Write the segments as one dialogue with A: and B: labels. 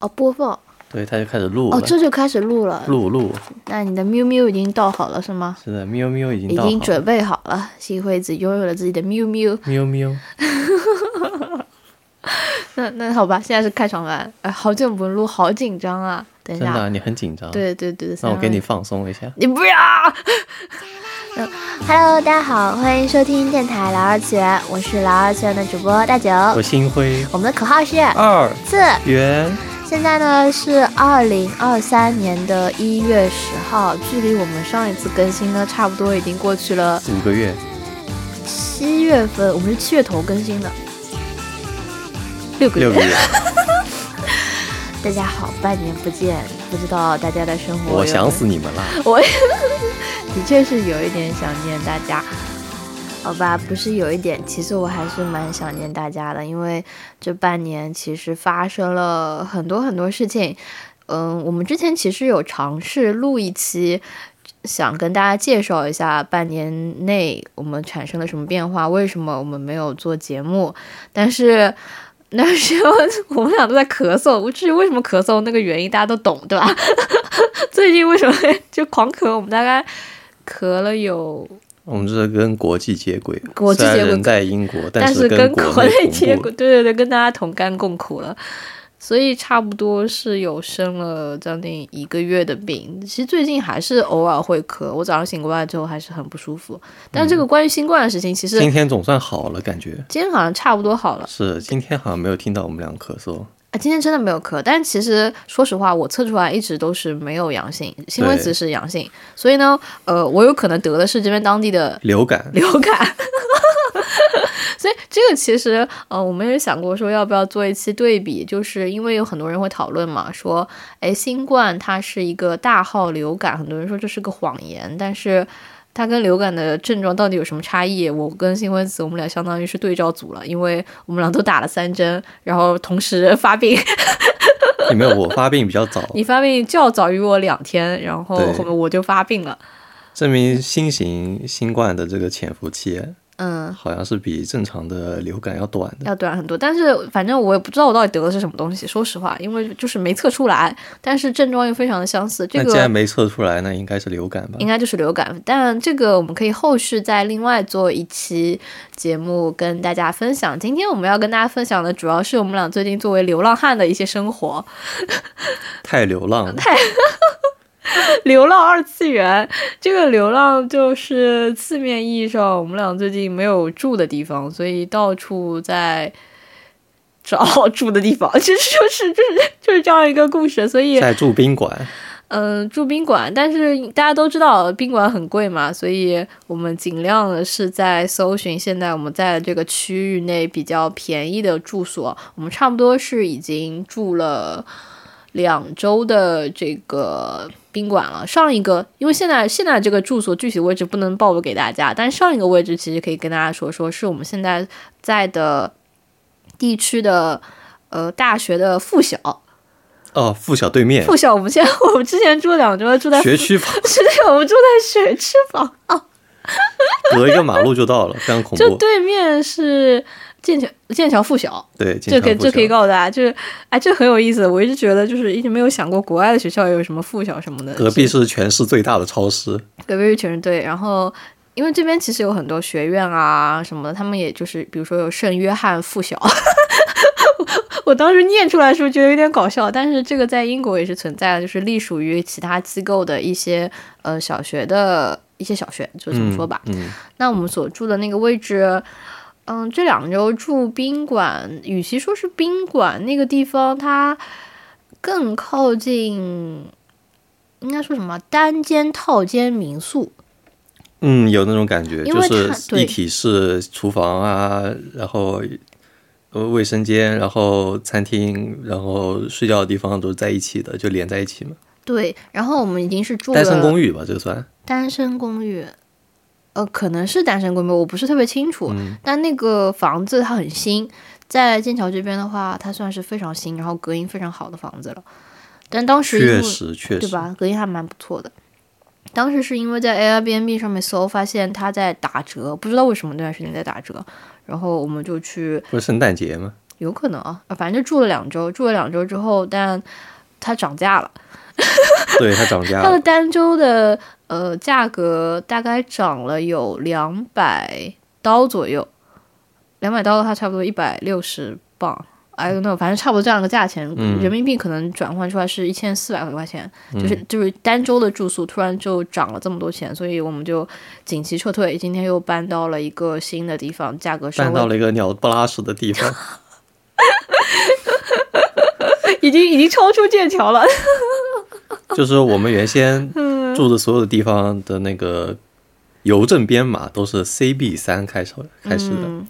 A: 哦，播放
B: 对，它就开始录了，
A: 哦，这就开始录了。
B: 录录，
A: 那你的喵喵已经倒好了是吗？
B: 是的，喵喵已经
A: 已
B: 到好
A: 经
B: 了，
A: 准备好了，新惠子拥有了自己的喵喵。
B: 喵喵，
A: 那那好吧，现在是开场白。哎，好久不录，好紧张啊！等一
B: 真
A: 下，
B: 的啊、你很紧张，，
A: 对对对，
B: 那我给
A: 三
B: 你
A: 二一，
B: 放松一下，
A: 你 不要。嗯
C: Hello，大家好，欢迎收听电台老二次元，我是老二次元的主播大九。
B: 我心灰
C: 我们的口号是
B: 二
C: 次。
B: 元，
C: 现在呢是
A: 二零二三年的一月十号，距离我们上一次更新呢，差不多已经过去了
B: 五个月，
A: 七月份，我们是七月头更新的，六个月。
B: 六 个月，
A: 大家好，半年不见，不知道大家的生活。
B: 我想死。你们啦，
A: 我的确是有一点想念大家，好吧，不是有一点，其实我还是蛮想念大家的，因为这半年其实发生了很多很多事情。嗯，我们之前其实有尝试录一期，想跟大家介绍一下半年内我们产生了什么变化，为什么我们没有做节目，但是。 那时候我们俩都在咳嗽，我至于为什么咳嗽那个原因大家都懂，对吧？最近为什么会就狂咳？我们大概咳了有，
B: 我们这是跟国际接轨，
A: 国际
B: 虽然
A: 接轨
B: 人在英国，
A: 但
B: 是
A: 跟
B: 国
A: 内
B: 内
A: 结
B: 同
A: 果，
B: 步，
A: 对对对，跟大家同甘共苦了，所以差不多是有生了将近一个月的病。其实最近还是偶尔会咳，我早上醒过来之后还是很不舒服。但这个关于新冠的事情，其实
B: 今天总算好了，感觉
A: 今天好像差不多好了。
B: 是今天好像没有听到我们俩咳嗽，
A: 啊，今天真的没有咳，但其实说实话，我测出来一直都是没有阳性，新冠
B: 对
A: 子是阳性，所以呢，呃，我有可能得的是这边当地的
B: 流 感，
A: 流感。 所以这个其实，呃，我们也想过说要不要做一期对比，就是因为有很多人会讨论嘛，说，哎，新冠它是一个大号流感，很多人说这是个谎言，但是它跟流感的症状到底有什么差异？我跟新婚子我们俩相当于是对照组了，因为我们俩都打了三针，然后同时发病，嗯
B: 也没有我发病比较早，
A: 你发病较早于我两天，然后
B: 对
A: 后面我就发病了，
B: 证明新型新冠的这个潜伏期
A: 嗯。
B: 好像是比正常的流感要短的。
A: 要短很多，但是反正我也不知道我到底得的是什么东西。说实话，因为就是没测出来，但是症状又非常的相似。这
B: 那既然
A: 个嗯
B: 没测出来，那应该是流感吧
A: 应？该就是流感，但这个我们可以后续再另外做一期节目跟大家分享。今天我们要跟大家分享的主要是我们俩最近作为流浪汉的一些生活，
B: 太流浪了，
A: 流浪二次元。这个流浪就是字面意义上我们俩最近没有住的地方，所以到处在。找 住的地方，其实就是就是就是这样一个故事，所以
B: 在住宾馆，
A: 嗯，住宾馆，但是大家都知道宾馆很贵嘛，所以我们尽量的是在搜寻现在我们在这个区域内比较便宜的住所。我们差不多是已经住了两周的这个宾馆了。上一个，因为现在现在这个住所具体位置不能暴露给大家，但上一个位置其实可以跟大家说说，是我们现在在的地区的呃大学的附小。
B: 哦，附小对面
A: 附小，我们现在我们之前住两周，住在
B: 学区房
A: 是的，我们住在水翅膀，
B: 隔一个马路就到了，非常恐
A: 就
B: 怖。
A: 对面是剑桥剑桥附小，
B: 对，
A: 这
B: 经
A: 可以
B: 常
A: 这可以
B: 附小
A: 告诉大家，就是哎，这很有意思。我一直觉得就是一直没有想过国外的学校有什么附小什么的，
B: 隔壁是全市最大的超市，
A: 隔壁是全是对，然后。因为这边其实有很多学院啊什么的，他们也就是比如说有圣约翰附小， 我当时念出来的时候觉得有点搞笑，但是这个在英国也是存在的，就是隶属于其他机构的一些呃小学的一些小学，就这么
B: 嗯，
A: 说吧。
B: 嗯，
A: 那我们所住的那个位置，嗯，这两周住宾馆，与其说是宾馆，那个地方它更靠近，应该说什么单间套间民宿。
B: 嗯，有那种感觉，
A: 因
B: 就
A: 为它
B: 是
A: 对
B: 一体式厨房啊，然后呃卫生间，然后餐厅，然后睡觉的地方都是在一起的，就连在一起嘛。
A: 对，然后我们已经是住了
B: 单身公寓吧，这算
A: 单身公寓，呃，可能是单身公寓，我不是特别清楚。
B: 嗯
A: 但那个房子它很新，在剑桥这边的话，它算是非常新，然后隔音非常好的房子了。但当时因为
B: 确实确
A: 对
B: 实，
A: 吧？隔音还蛮不错的。当时是因为在 Airbnb 上面搜，发现它在打折，不知道为什么那段时间在打折，然后我们就去
B: 不是圣诞节吗？
A: 有可能啊，啊反正就住了两周，住了两周之后，但它涨价了，
B: 对，它 涨价
A: 它的
B: 了，
A: 单周的呃价格大概涨了有两百刀左右，两百刀的话差不多一百六十磅。I don't know，反正差不多这样一个价钱，
B: 嗯
A: 人民币可能转换出来是一千四百块钱，
B: 嗯
A: 就是就是单周的住宿突然就涨了这么多钱，所以我们就紧急撤退。今天又搬到了一个新的地方，价格稍
B: 搬到
A: 微
B: 了一个鸟不拉屎的地方。
A: 已经已经超出剑桥 了。
B: 就是我们 原先
A: 嗯
B: 住的所有的地方的那个邮政编码都是 CB 三开始开始的，
A: 嗯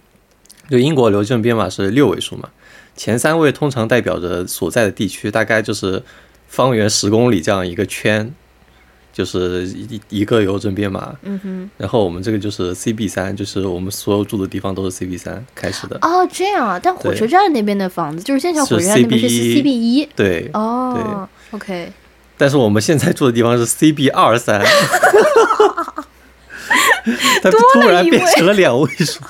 B: 就英国邮政编码是六位数嘛，前三位通常代表着所在的地区，大概就是方圆十公里这样一个圈，就是一一个邮政编码。
A: 嗯哼，
B: 然后我们这个就是 CB 三，就是我们所有住的地方都是 CB 三开始的。
A: 哦，这样啊，但火
B: 对
A: 车站那边的房子就是剑桥火车站那边是
B: 是 E
A: CB 一
B: 对，
A: 哦，OK，
B: 但是我们现在住的地方是 CB 二 三，它突然变成了两位数。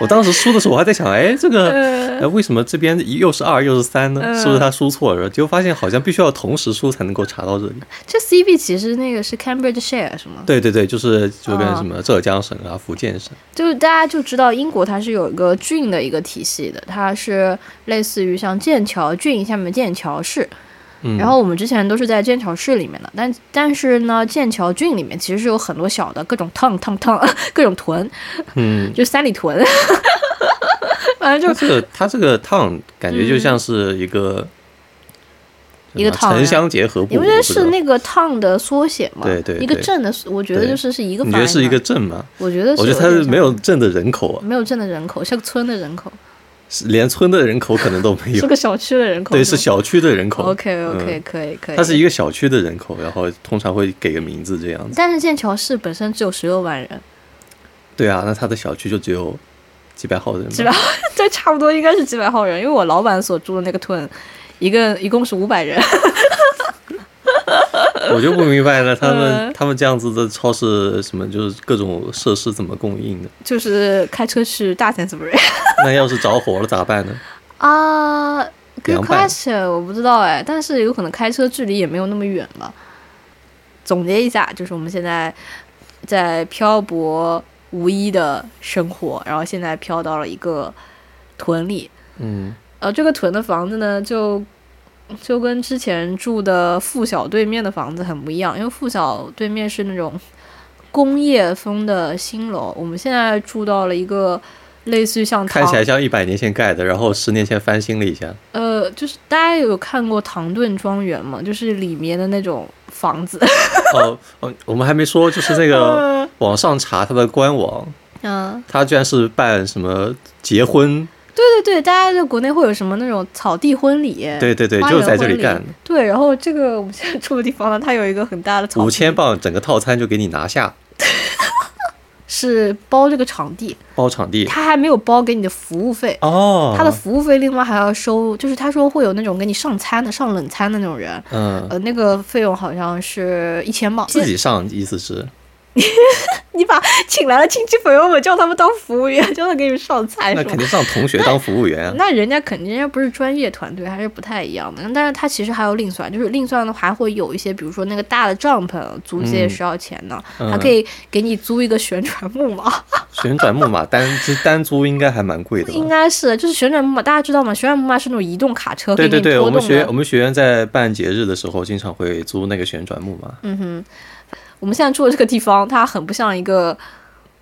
B: 我当时输的时候，我还在想，哎，这 个
A: 呃，
B: 哎为什么这边又是二又是三呢？是不是他输错了？结果发现好像必须要同时输才能够查到这里。
A: 这 CB 其实那个是 Cambridge Shire 是吗？
B: 对对对，就是就跟什么浙江省啊、福建省，
A: 就是大家就知道英国它是有一个郡的一个体系的，它是类似于像剑桥郡下面的剑桥市，
B: 嗯，
A: 然后我们之前都是在剑桥市里面的，但但是呢，剑桥郡里面其实是有很多小的各种 town town town 各种屯，
B: 嗯，
A: 就三里屯， 反正
B: 它
A: 就
B: 这个它这个 town 感觉就像是一个
A: 一个
B: 什么
A: town
B: 城乡结合部，
A: 你不觉
B: 我
A: 得
B: 知
A: 是
B: 道
A: 那个 town 的缩写吗？
B: 对对
A: 一个
B: 对
A: 镇的，我觉得
B: 对
A: 就是是一个
B: 你
A: 方案
B: 觉得
A: 嘛。
B: 是一个镇吗？
A: 我觉得是
B: 我
A: 有点
B: 觉得
A: 像，
B: 它是没有镇的人口啊。
A: 没有镇的人口，是个村的人口，
B: 是连村的人口可能都没
A: 是
B: 有，
A: 个小区的人口吗。
B: 对，是小区的人口。
A: OK OK，、
B: 嗯
A: 可以可以。
B: 它是一个小区的人口，然后通常会给个名字这样子。
A: 但是剑桥市本身只有十六万人，
B: 对啊，那它的小区就只有几百号人吧，
A: 几百号， 这差不多应该是几百号人，因为我老板所住的那个屯，一个一共是五百人。
B: 我就不明白了，他们、
A: 嗯
B: 他们这样子的超市什么就是各种设施怎么供应的？
A: 就是开车去大 Sainsbury
B: 那要是着火了咋办呢？
A: 啊。Good
B: 凉拌
A: question，我不知道哎，但是有可能开车距离也没有那么远吧。总结一下，就是我们现在在漂泊无依的生活，然后现在漂到了一个屯里，
B: 嗯，
A: 呃，这个屯的房子呢，就就跟之前住的附小对面的房子很不一样，因为附小对面是那种工业风的新楼，我们现在住到了一个类似于像
B: 看起
A: 唐
B: 来像一百年前盖的，然后十年前翻新了一 下。
A: 呃，就是大家有看过唐顿庄园吗？就是里面的那种房子，
B: 哦哦，我们还没说，就是那个网上查它的官网，
A: 嗯，
B: 它居然是办什么结婚？
A: 对对对，大家在国内会有什么那种草地婚礼，
B: 对对对，
A: 花
B: 就
A: 园
B: 在这
A: 婚
B: 里
A: 礼
B: 干的。
A: 对，然后这个我们现在住的地方呢，它有一个很大的草
B: 五
A: 地，
B: 千磅整个套餐就给你拿下，
A: 是包这个场地，
B: 包场地。
A: 他还没有包给你的服务费，
B: 哦，
A: 他的服务费另外还要收，就是他说会有那种给你上餐的、上冷餐的那种人，
B: 嗯，
A: 呃，那个费用好像是一千镑。
B: 自己上意思是，
A: 你把请来了亲戚朋友们，叫他们当服务员，叫他给你上菜
B: 那
A: 是吗
B: 肯？定让同学当服务员啊。
A: 那人家肯定人家不是专业团队，还是不太一样的。但是他其实还有另算，就是另算的话还会有一些，比如说那个大的帐篷租借
B: 嗯
A: 是要钱的，
B: 嗯
A: 还可以给你租一个旋转木马。
B: 旋转木马单这单租应该还蛮贵的
A: 应
B: 吧？
A: 该是就是旋转木马，大家知道吗？旋转木马是那种移动卡车，
B: 对对
A: 可以给
B: 对，
A: 你拖
B: 我
A: 动的
B: 们学我们学员在办节日的时候，经常会租那个旋转木马。
A: 嗯哼，我们现在住的这个地方，它很不像一个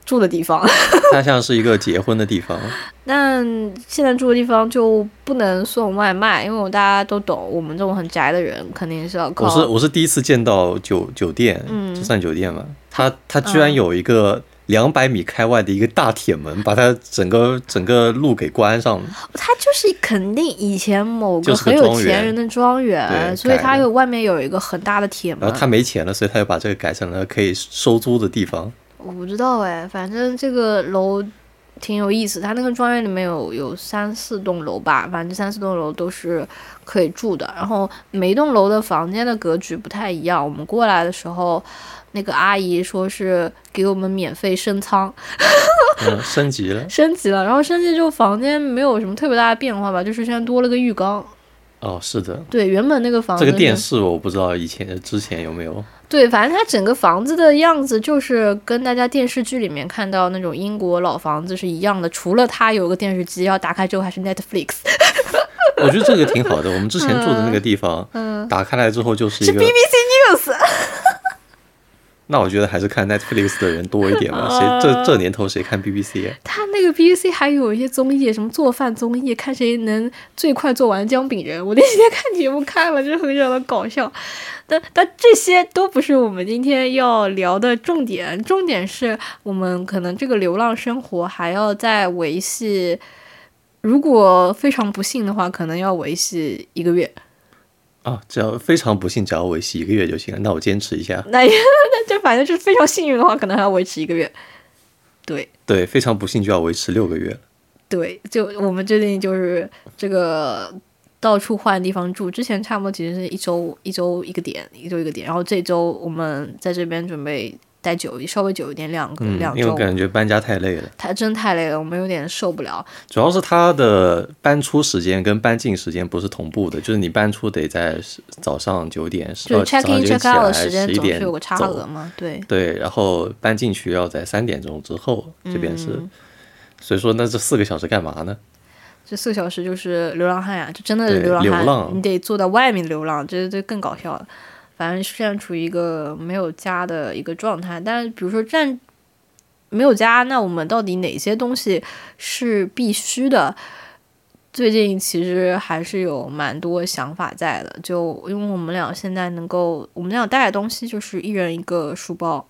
A: 住的地方，
B: 它像是一个结婚的地方，
A: 但现在住的地方就不能送外卖，因为我大家都懂，我们这种很宅的人肯定是要靠
B: 我是我是第一次见到酒酒店，
A: 嗯
B: 这算酒店吗？它它居然有一个两百米开外的一个大铁门，把它整个整个路给关上了。
A: 它就是肯定以前某
B: 就是个
A: 很有
B: 庄园
A: 钱人的庄园，
B: 对
A: 所以它
B: 改的
A: 有外面有一个很大的铁门
B: 然后。他没钱了，所以他就 把这个改成了可以收租的地方。
A: 我不知道哎，反正这个楼挺有意思。它那个庄园里面有有三四栋楼吧，反正三四栋楼都是可以住的。然后每一栋楼的房间的格局不太一样。我们过来的时候，那个阿姨说是给我们免费升舱，
B: 嗯，升级了
A: 升级了。然后升级之后房间没有什么特别大的变化吧，就是现在多了个浴缸。
B: 哦，是的，
A: 哦对，原本那个房子
B: 这个
A: 是
B: 电视我不知道以前之前有 没有，
A: 对，反正它整个房子的样子就是跟大家电视剧里面看到那种英国老房子是一样的，除了它有个电视机，要打开之后还是 Netflix，
B: 我觉得这个挺好的。我们之前住的那个地方，
A: 嗯
B: 打开来之后就是一个
A: BBC News。
B: 那我觉得还是看 Netflix 的人多一点吧。
A: 哦
B: 谁这这年头谁看 BBC 啊？
A: 它那个 BBC 还有一些综艺，什么做饭综艺，看谁能最快做完姜饼人。我那几天 看节目看了，就非常的搞笑。但但这些都不是我们今天要聊的重点，重点是我们可能这个流浪生活还要再维系。如果非常不幸的话，可能要维系一个月。
B: 啊，只要非常不幸，只要维系一个月就行了。那我坚持一下。
A: 那那就反正就是非常幸运的话，可能还要维持一个月。对，
B: 对，非常不幸就要维持六个月了。
A: 对，就我们最近就是这个到处换地方住，之前差不多其实是一周一周一个点，一周一个点，然后这周我们在这边准备待久一稍微久一点，两个、
B: 嗯
A: 两，
B: 因为我
A: 周，
B: 感觉搬家太累了。
A: 他真太累了，我们有点受不了。
B: 主要是它的搬出时间跟搬进时间不是同步的，就是你搬出得在早上九点，
A: 就
B: 呃
A: 是 check
B: 早上
A: in
B: 9
A: check out 的时
B: 起来
A: 间
B: 11
A: 总是
B: 点
A: 有个差
B: 走
A: 额嘛，对，
B: 对，然后搬进去要在三点钟之后，
A: 嗯
B: 这边是，所以说那这四个小时干嘛呢？
A: 这四个小时就是流浪汉呀、就真的
B: 对
A: 是流浪
B: 流
A: 汉，
B: 浪
A: 你得坐在外面流浪，这这更搞笑了。反正现在处于一个没有家的一个状态，但是比如说站没有家，那我们到底哪些东西是必须的？最近其实还是有蛮多想法在的，就因为我们俩现在能够，我们俩带的东西就是一人一个书包，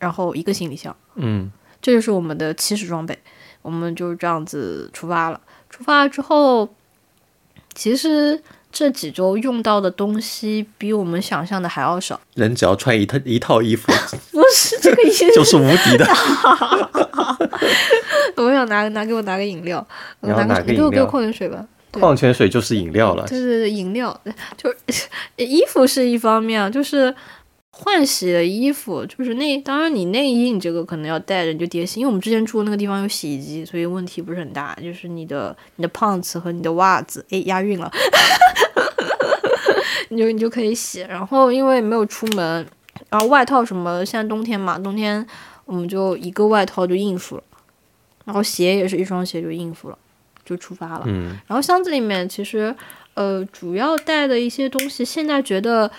A: 然后一个行李箱。
B: 嗯，
A: 这就是我们的起始装备。我们就是这样子出发了。出发之后，其实这几周用到的东西比我们想象的还要少。
B: 人只要穿一套一套衣服
A: 不是这个意思，
B: 就是无敌的。
A: 我想拿拿给我拿个饮料，我
B: 你要
A: 拿
B: 拿
A: 个
B: 个
A: 你给我
B: 饮料
A: 给我矿泉水吧。对
B: 矿泉水就是饮料了，
A: 对对对，饮料 就是衣服是 一方面啊，就是换洗的衣服，就是内当然你内衣你这个可能要带着你就叠洗，因为我们之前住的那个地方有洗衣机，所以问题不是很大，就是你的你的胖子和你的袜子，哎押韵了， 你就你就可以洗。然后因为没有出门，然后外套什么，现在冬天嘛，冬天我们就一个外套就应付了，然后鞋也是一双鞋就应付了，就出发了。
B: 嗯，
A: 然后箱子里面其实呃主要带的一些东西，现在觉得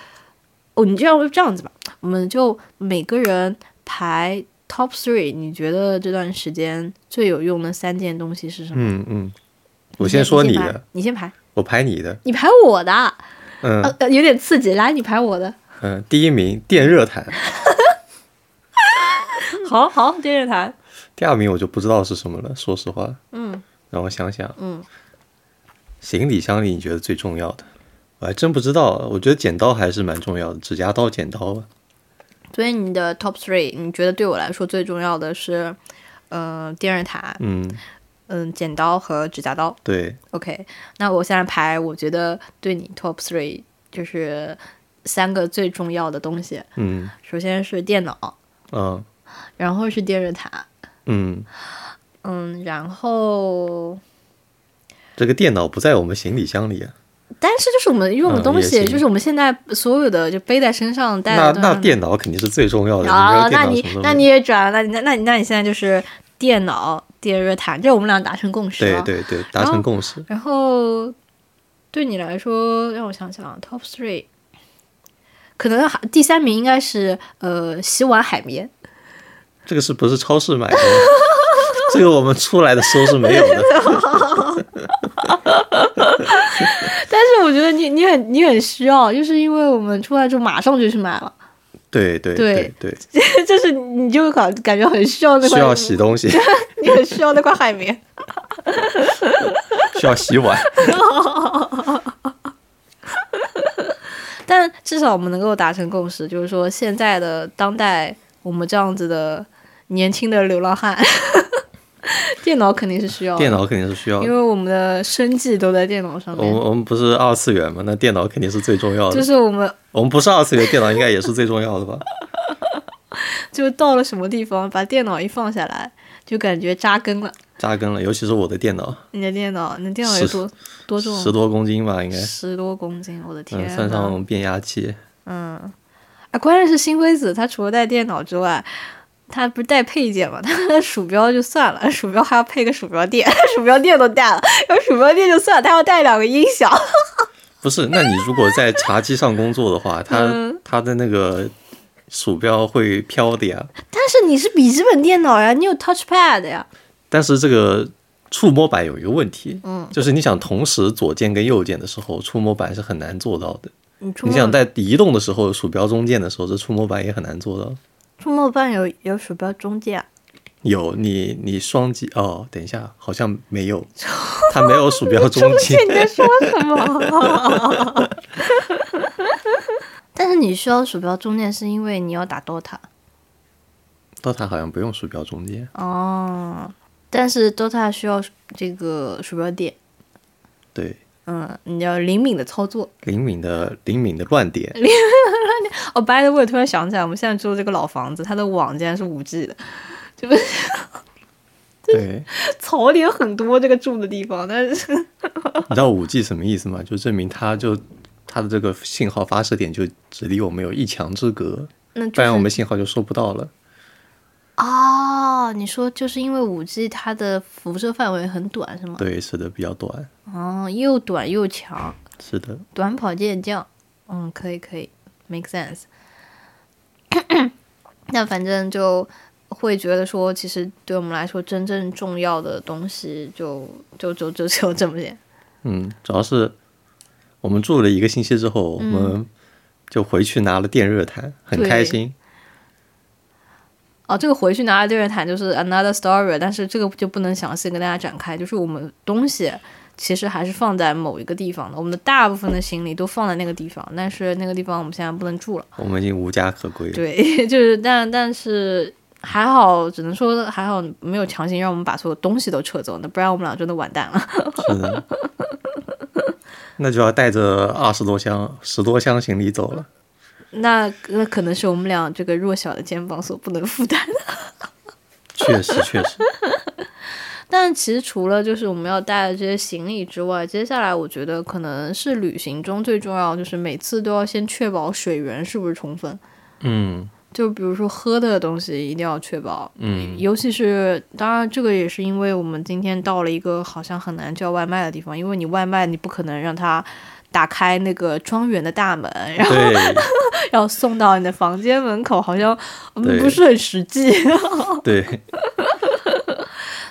A: 哦，你这样这样子吧，我们就每个人排 top three，你觉得这段时间最有用的三件东西是什么？
B: 嗯嗯，我先说
A: 你
B: 你
A: 排
B: 的，，
A: 你先排，
B: 我排你的，
A: 你排我的，呃
B: 嗯
A: 呃，有点刺激，来你排我的，
B: 嗯，第一名电热毯，
A: 好好电热毯，
B: 第二名我就不知道是什么了，说实话，
A: 嗯，
B: 让我想想，
A: 嗯，
B: 行李箱里你觉得最重要的？我还真不知道，我觉得剪刀还是蛮重要的，指甲刀、剪刀啊
A: 啊
B: 吧。
A: 所以你的 top three，你觉得对我来说最重要的是呃电热毯，
B: 嗯，
A: 嗯、剪刀和指甲刀，
B: 对，
A: OK，那我现在排，我觉得对你 top three 就是三个最重要的东西，
B: 嗯
A: 首先是电脑，
B: 嗯
A: 然后是电热毯，
B: 嗯，
A: 嗯，然后
B: 这个电脑不在我们行李箱里啊。
A: 但是就是我们用的
B: 嗯
A: 东
B: 也
A: 西，
B: 行
A: 就是我们现在所有的就背在身上带
B: 那
A: 的都是
B: 那电脑肯定是最重要的，
A: 啊哦，
B: 你
A: 那
B: 没有电脑
A: 你
B: 什么都没有
A: 那你也转了，那你那那你那你现在就是电脑、电热毯，这我们俩达成共识啊
B: 对
A: 了。
B: 对对，
A: 哦
B: 达成共识。
A: 然后对你来说，让我想想，top three，可能还第三名应该是呃洗碗海绵，
B: 这个是不是超市买的吗？ 这个我们出来的时候是没有的。
A: 但是我觉得你你很你很需要，就是因为我们出来之后马上就去买了，
B: 对对
A: 对
B: 对，
A: 就是你就感感觉很需要那
B: 需
A: 块，
B: 要洗 东西，
A: 你很需要那块海绵。
B: 需要洗碗。
A: 但至少我们能够达成共识，就是说现在的当代我们这样子的年轻的流浪汉， 电脑肯定是需要的，
B: 电脑肯定是需要的
A: 因。为我们的生计都在电脑上
B: 我们
A: 面，
B: 我们不是二次元嘛，那电脑肯定是最重要的。
A: 就是我们
B: 我们不是二次元，电脑应该也是最重要的吧？
A: 就到了什么地方，把电脑一放下来，就感觉扎根了。
B: 扎根了，尤其是我的电脑，
A: 你的电脑，你的电脑有
B: 十
A: 多多重？
B: 十多公斤吧，应该。
A: 十多公斤，我的天
B: 嗯，
A: 呐！
B: 算上变压器，
A: 嗯，啊，关键是新辉子他除了带电脑之外，他不是带配件嘛？他的鼠标就算了，鼠标还要配个鼠标垫， 鼠标垫都带了，有鼠标垫就算了，他要带两个音响。
B: 不是？那你如果在茶几上工作的话，
A: 嗯
B: 它它的那个鼠标会飘的呀。
A: 但是你是笔记本电脑呀，你有 Touchpad 呀，
B: 但是这个触摸板有一个问题，嗯，就是你想同时左键跟右键的时候，触摸板是很难做到的。
A: 你触
B: 你
A: 摸
B: 想在移动的时候，鼠标中键的时候，这触摸板也很难做到。
A: 触摸板有有鼠标中间啊，
B: 有你你双击哦，等一下，好像 没有，它没有鼠标中
A: 这
B: 间。
A: 你在说什么？ 但是你需要鼠标中间，是因为你要打 DOTA
B: 到它好像不用鼠标中间，
A: 哦，但是 DOTA 需要这个鼠标垫。
B: 对，
A: 嗯，你要灵敏的操作。
B: 灵敏的灵敏的乱点，
A: 哦、b y the way，突然想起来，我们现在住的这个老房子，它的网竟然是五 G 的，
B: 对，
A: 槽点很多。这个住的地方，但 是
B: 你知道五 G 什么意思吗？就证明它就它的这个信号发射点就只离我们有一墙之隔，
A: 那
B: 不
A: 就
B: 然我
A: 是
B: 们信号就收不到了。
A: 哦，你说就是因为五 G 它的辐射范围很短是吗？
B: 对，是的，比较短，
A: 哦，又短又强，
B: 是的，
A: 短跑健将。嗯，可以可以，make sense。那反正就会觉得说，其实对我们来说真正重要的东西就，就就就只有这么些。
B: 嗯，主要是我们住了一个星期之后，我们就回去拿了电热毯，很
A: 嗯对
B: 开心。
A: 哦，这个回去拿了电热毯就是 another story，但是这个就不能详细跟大家展开。就是我们东西其实还是放在某一个地方的，我们的大部分的行李都放在那个地方，但是那个地方我们现在不能住了。
B: 我们已经无家可归了。
A: 对， 就是但但是还好，只能说还好没有强行让我们把所有东西都撤走，那不然我们俩真的完蛋了。
B: 是的，那就要带着二十多箱、十多箱行李走了。
A: 那那可能是我们俩这个弱小的肩膀所不能负担。
B: 确实，确实，
A: 但其实除了就是我们要带的这些行李之外，接下来我觉得可能是旅行中最重要的，就是每次都要先确保水源是不是充分。
B: 嗯
A: 就比如说喝的东西一定要确保，
B: 嗯，
A: 尤其是当然这个也是因为我们今天到了一个好像很难叫外卖的地方，因为你外卖你不可能让它打开那个庄园的大门，然后
B: 对
A: 要送到你的房间门口，好像嗯
B: 对
A: 不是很实际。
B: 对，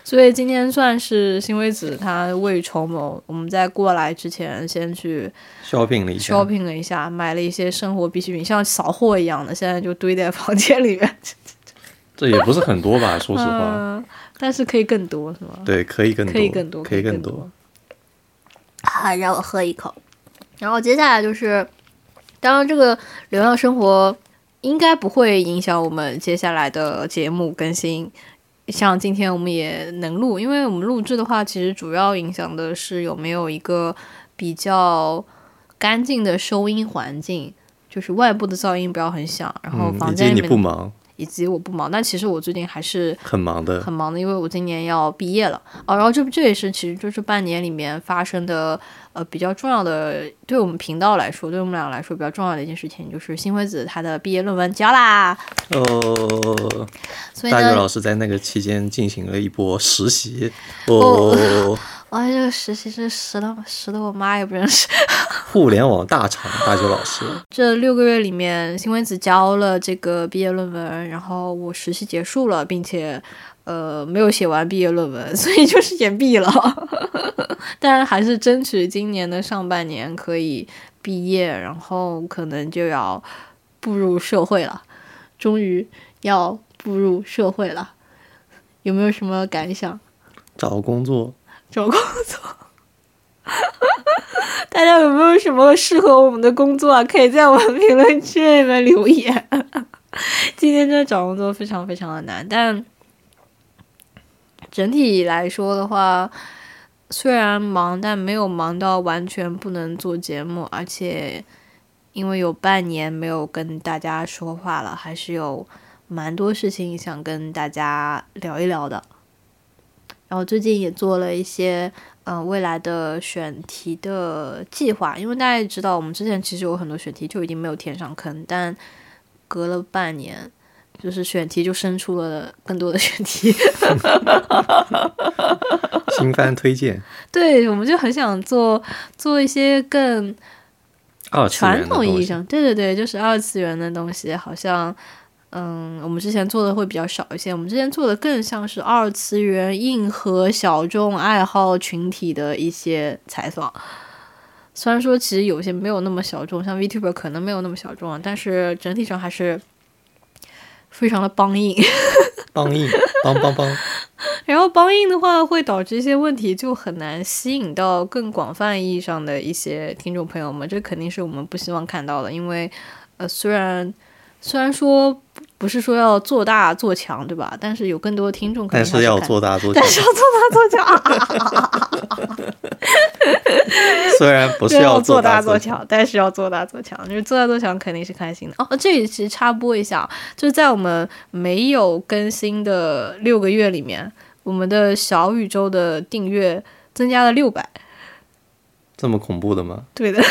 A: 所以今天算是新微子他未雨绸缪，我们在过来之前先去
B: shopping 了一下，
A: shopping 了一下，买了一些生活必需品，像扫货一样的，现在就堆在房间里面。
B: 这也不是很多吧？说实话，
A: 嗯，但是可以更多是吗？
B: 对，可以更多，
A: 嗯可以更多，
B: 可以
A: 更
B: 更多。。
A: 啊，让我喝一口。然后接下来就是，当然这个流浪生活应该不会影响我们接下来的节目更新。像今天我们也能录，因为我们录制的话，其实主要影响的是有没有一个比较干净的收音环境，就是外部的噪音不要很响，然后
B: 嗯，
A: 房
B: 以及
A: 间里
B: 你
A: 面
B: 不忙，
A: 以及我不忙。但其实我最近还是
B: 很忙的，
A: 很忙的，因为我今年要毕业了哦。然后这这也是其实就是半年里面发生的呃比较重要的，对我们频道来说，对我们俩来说比较重要的一件事情，就是新辉子他的毕业论文交啦。
B: 哦，
A: 所以
B: 大牛
A: 呢，
B: 老师在那个期间进行了一波实习，哦，
A: 哇，这个哎实习生实的实的，我妈也不认识。
B: 互联网大厂大牛老师，
A: 这六个月里面，新闻子交了这个毕业论文，然后我实习结束了，并且呃没有写完毕业论文， 所以就是延毕了。 但还是争取今年的上半年可以毕业，然后可能就要步入社会了，终于要步入社会了。有没有什么感想？
B: 找 工作，
A: 找工作。大家有没有什么适合我们的工作啊？可以在我们评论区里面留言。 今天真的找工作非常非常的难，但整体来说的话，虽然忙，但没有忙到完全不能做节目，而且因为有半年没有跟大家说话了，还是有蛮多事情想跟大家聊一聊的。然后最近也做了一些嗯、呃未来的选题的计划，因为大家也知道，我们之前其实有很多选题就已经没有填上坑，但隔了半年，就是选题就生出了更多的选题。
B: 新番推荐
A: 对，我们就很想做做一些更
B: 二次元
A: 传
B: 的
A: 统意
B: 东
A: 义
B: 西
A: 上，对对对，就是二次元的东西，好像嗯，我们之前做的会比较少一些，我们之前做的更像是二次元硬核小众爱好群体的一些采访。虽然说其实有些没有那么小众，像 VTuber 可能没有那么小众啊，但是整体上还是非常的帮硬。
B: 帮硬帮帮 帮，
A: 然后帮硬的话，会导致一些问题，就很难吸引到更广泛意义上的一些听众朋友们，这肯定是我们不希望看到的。因为，呃，虽然虽然说不不是说要做大做强，对吧？但是有更多的听众肯
B: 但
A: 定还
B: 是
A: 是
B: 要
A: 看
B: 做大做强
A: 但，是要做大做强，
B: 虽然 不是
A: 对
B: 要
A: 做
B: 大
A: 做
B: 强，
A: 强，但是要做大做强，就是做大做强肯定是开心的。哦，这里其实插播一下，啊就是在我们没有更新的六个月里面，我们的小宇宙的订阅增加了六百。
B: 这么恐怖的吗？
A: 对的，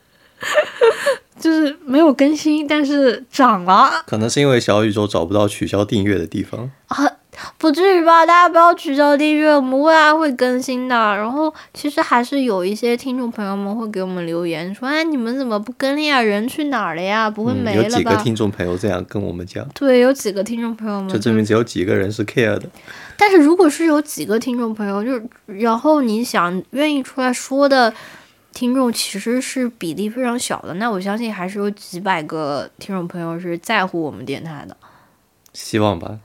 A: 就是没有更新，但是涨了，
B: 可能是因为小宇宙找不到取消订阅的地方。
C: 不至于吧？大家不要取消订阅，我们未来会更新的。然后其实还是有一些听众朋友们会给我们留言说：“哎，你们怎么不更了呀？人去哪儿了呀？不会
B: 嗯，
C: 没
B: 有
C: 了
B: 几个
C: 吧？”
B: 听众朋友这样跟我们讲，
C: 对，有几个听众朋友们
B: 这证明只有几个人是 care 的。
C: 但是如果是有几个听众朋友，就是然后你想愿意出来说的听众，其实是比例非常小的。那我相信还是有几百个听众朋友是在乎我们电台的。
B: 希望吧，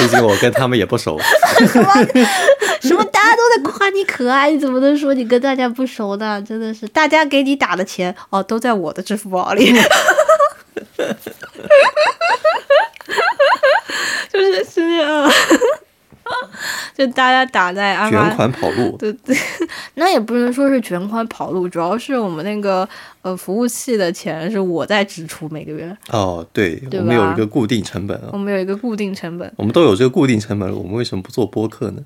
B: 毕竟我跟他们也 不熟。
C: 什么？大家都在夸你可爱，你怎么能说你跟大家不熟呢？真的是，大家给你打的钱
A: 哦，都在我的支付 宝里。就是是 啊，就大家打在阿
B: 卷
A: 妈
B: 款跑路，
A: 对对，那也不能说是卷款跑路，主要是我们那个呃服务器的钱是我在支出每个月，
B: 哦，对，
A: 对
B: 我们有
A: 吧
B: 一个固定成本
A: 我
B: 啊，
A: 们有一个固定成本。
B: 我们都有这个固定成本了，我们为什么不做播客呢？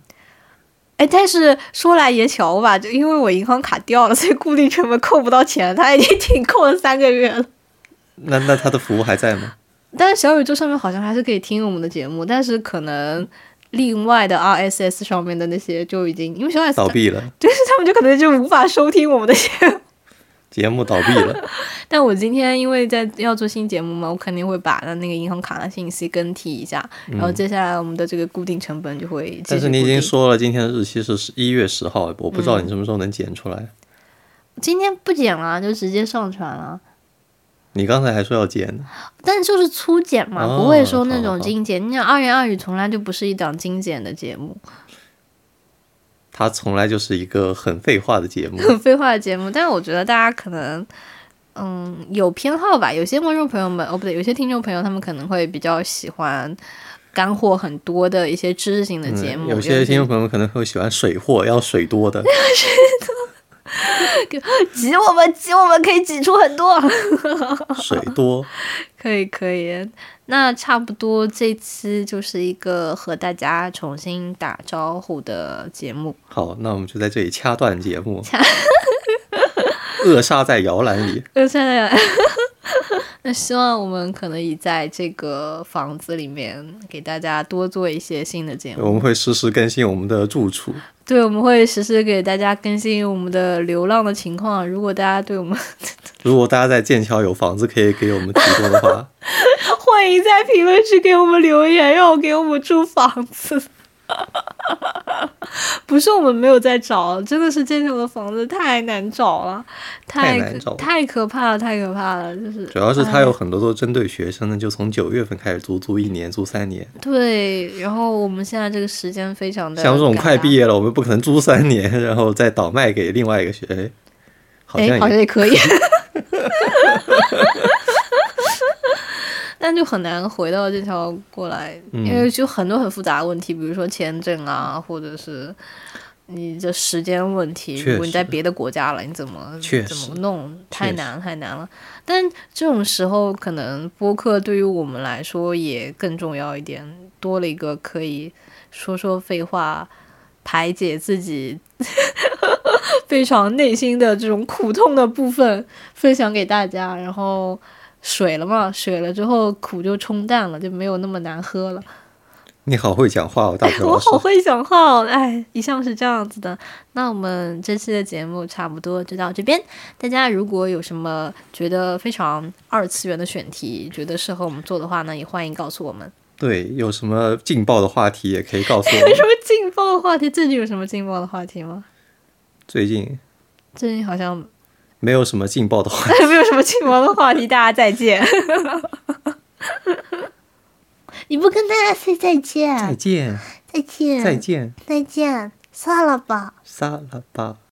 A: 哎，但是说来也巧吧，就因为我银行卡掉了，所以固定成本扣不到钱，它已经停扣了三个月了。
B: 那那他的服务还在吗？
A: 但是小宇宙上面好像还是可以听我们的节目，但是可能另外的 RSS 上面的那些就已经因为小宇宙
B: 倒，闭了，
A: 就是他们就可能就无法收听我们的节目。
B: 节目倒闭了，
A: 但我今天因为在要做新节目嘛，我肯定会把那那个银行卡的信息更替一下，然后接下来我们的这个固定成本就会 继续
B: 嗯但是你已
A: 固定。
B: 经说了今天的日期是一月十号，我不知道你什么时候能剪出来。
C: 今天不剪了，就直接上传了。
B: 你刚才还说要剪呢，
C: 但就是粗剪嘛，
B: 哦
C: 不会说那
B: 好好
C: 种
B: 好
C: 精简。你想二言二语从来就不是一档精简的节目，
B: 它从来就是一个很废话的节目
A: 很废话的节目，但我觉得大家可能。嗯，有偏好吧。有些观众朋友们，哦，不对，有些听众朋友，他们可能会比较喜欢干货很多的一些知识 型的节目。
B: 嗯，有些听众朋友可能会喜欢水货，要水 多的。
C: 挤我们挤我们可以挤出很多。
B: 水多，
A: 可以可以，那差不多这期就是一个和大家重新打招呼的节目。
B: 好，那我们就在这里掐断节目。 扼杀在摇篮里，
A: 那
C: 呃
A: 现在，那希望我们可能以在这个房子里面给大家多做一些新的节目。
B: 我们会实时更新我们的住处。
A: 对，我们会实时给大家更新我们的流浪的情况。如果大家对我们，
B: 如果大家在剑桥有房子可以给我们提供 的话，
A: 欢迎在评论区给我们留言，让我给我们住房子。 不是我们没有在找，真的是剑桥的房子太难找了，太
B: 太难找了
A: 太可怕了，太可怕了，就是
B: 主要是它有很多都针对学生的，就从九月份开始租，租一年，租三年。
A: 对。然后我们现在这个时间非常的
B: 像这种快毕
A: 业，
B: 业了，我们不可能租三年，然后再倒卖给另外一个学，哎好像
A: 哎，好像
B: 也
A: 也可以。那 但就很难回到这条过来，
B: 嗯
A: 因为就很多很复杂的问题，比如说签证啊，或者是你的时间问题。
B: 确
A: 如果你在
B: 实
A: 别的国家了，你怎么
B: 确
A: 怎么
B: 实
A: 弄？太
B: 确
A: 难太难了。但这种时候，可能播客对于我们来说也更重要一点，多了一个可以说说废话，排解自己 非常内心的这种苦痛的部分，分享给大家。然后水了嘛，水了之后苦就冲淡了，就没有那么难喝了。
B: 你好会讲话哦，大头
A: 我
B: 老师。
A: 好会讲话哦，哎，一向是这样子的。那我们这期的节目差不多就到这边。大家如果有什么觉得非常二次元的选题，觉得适合我们做的话呢，也欢迎告诉我 们。
B: 对，有什么劲爆的话题也可以告诉我
A: 有
B: 们
A: 什。么劲爆的话题？最近有什么劲爆的话题吗？
B: 最近
A: 最近好像
B: 没有什么劲爆的话题。
A: 没有什么劲爆的话题，大家再见。
D: 你不跟大家 say 再
B: 再
D: 见，
B: 见，
D: 再见，
B: 再见，
D: 再见，算了吧。
B: 撒了吧。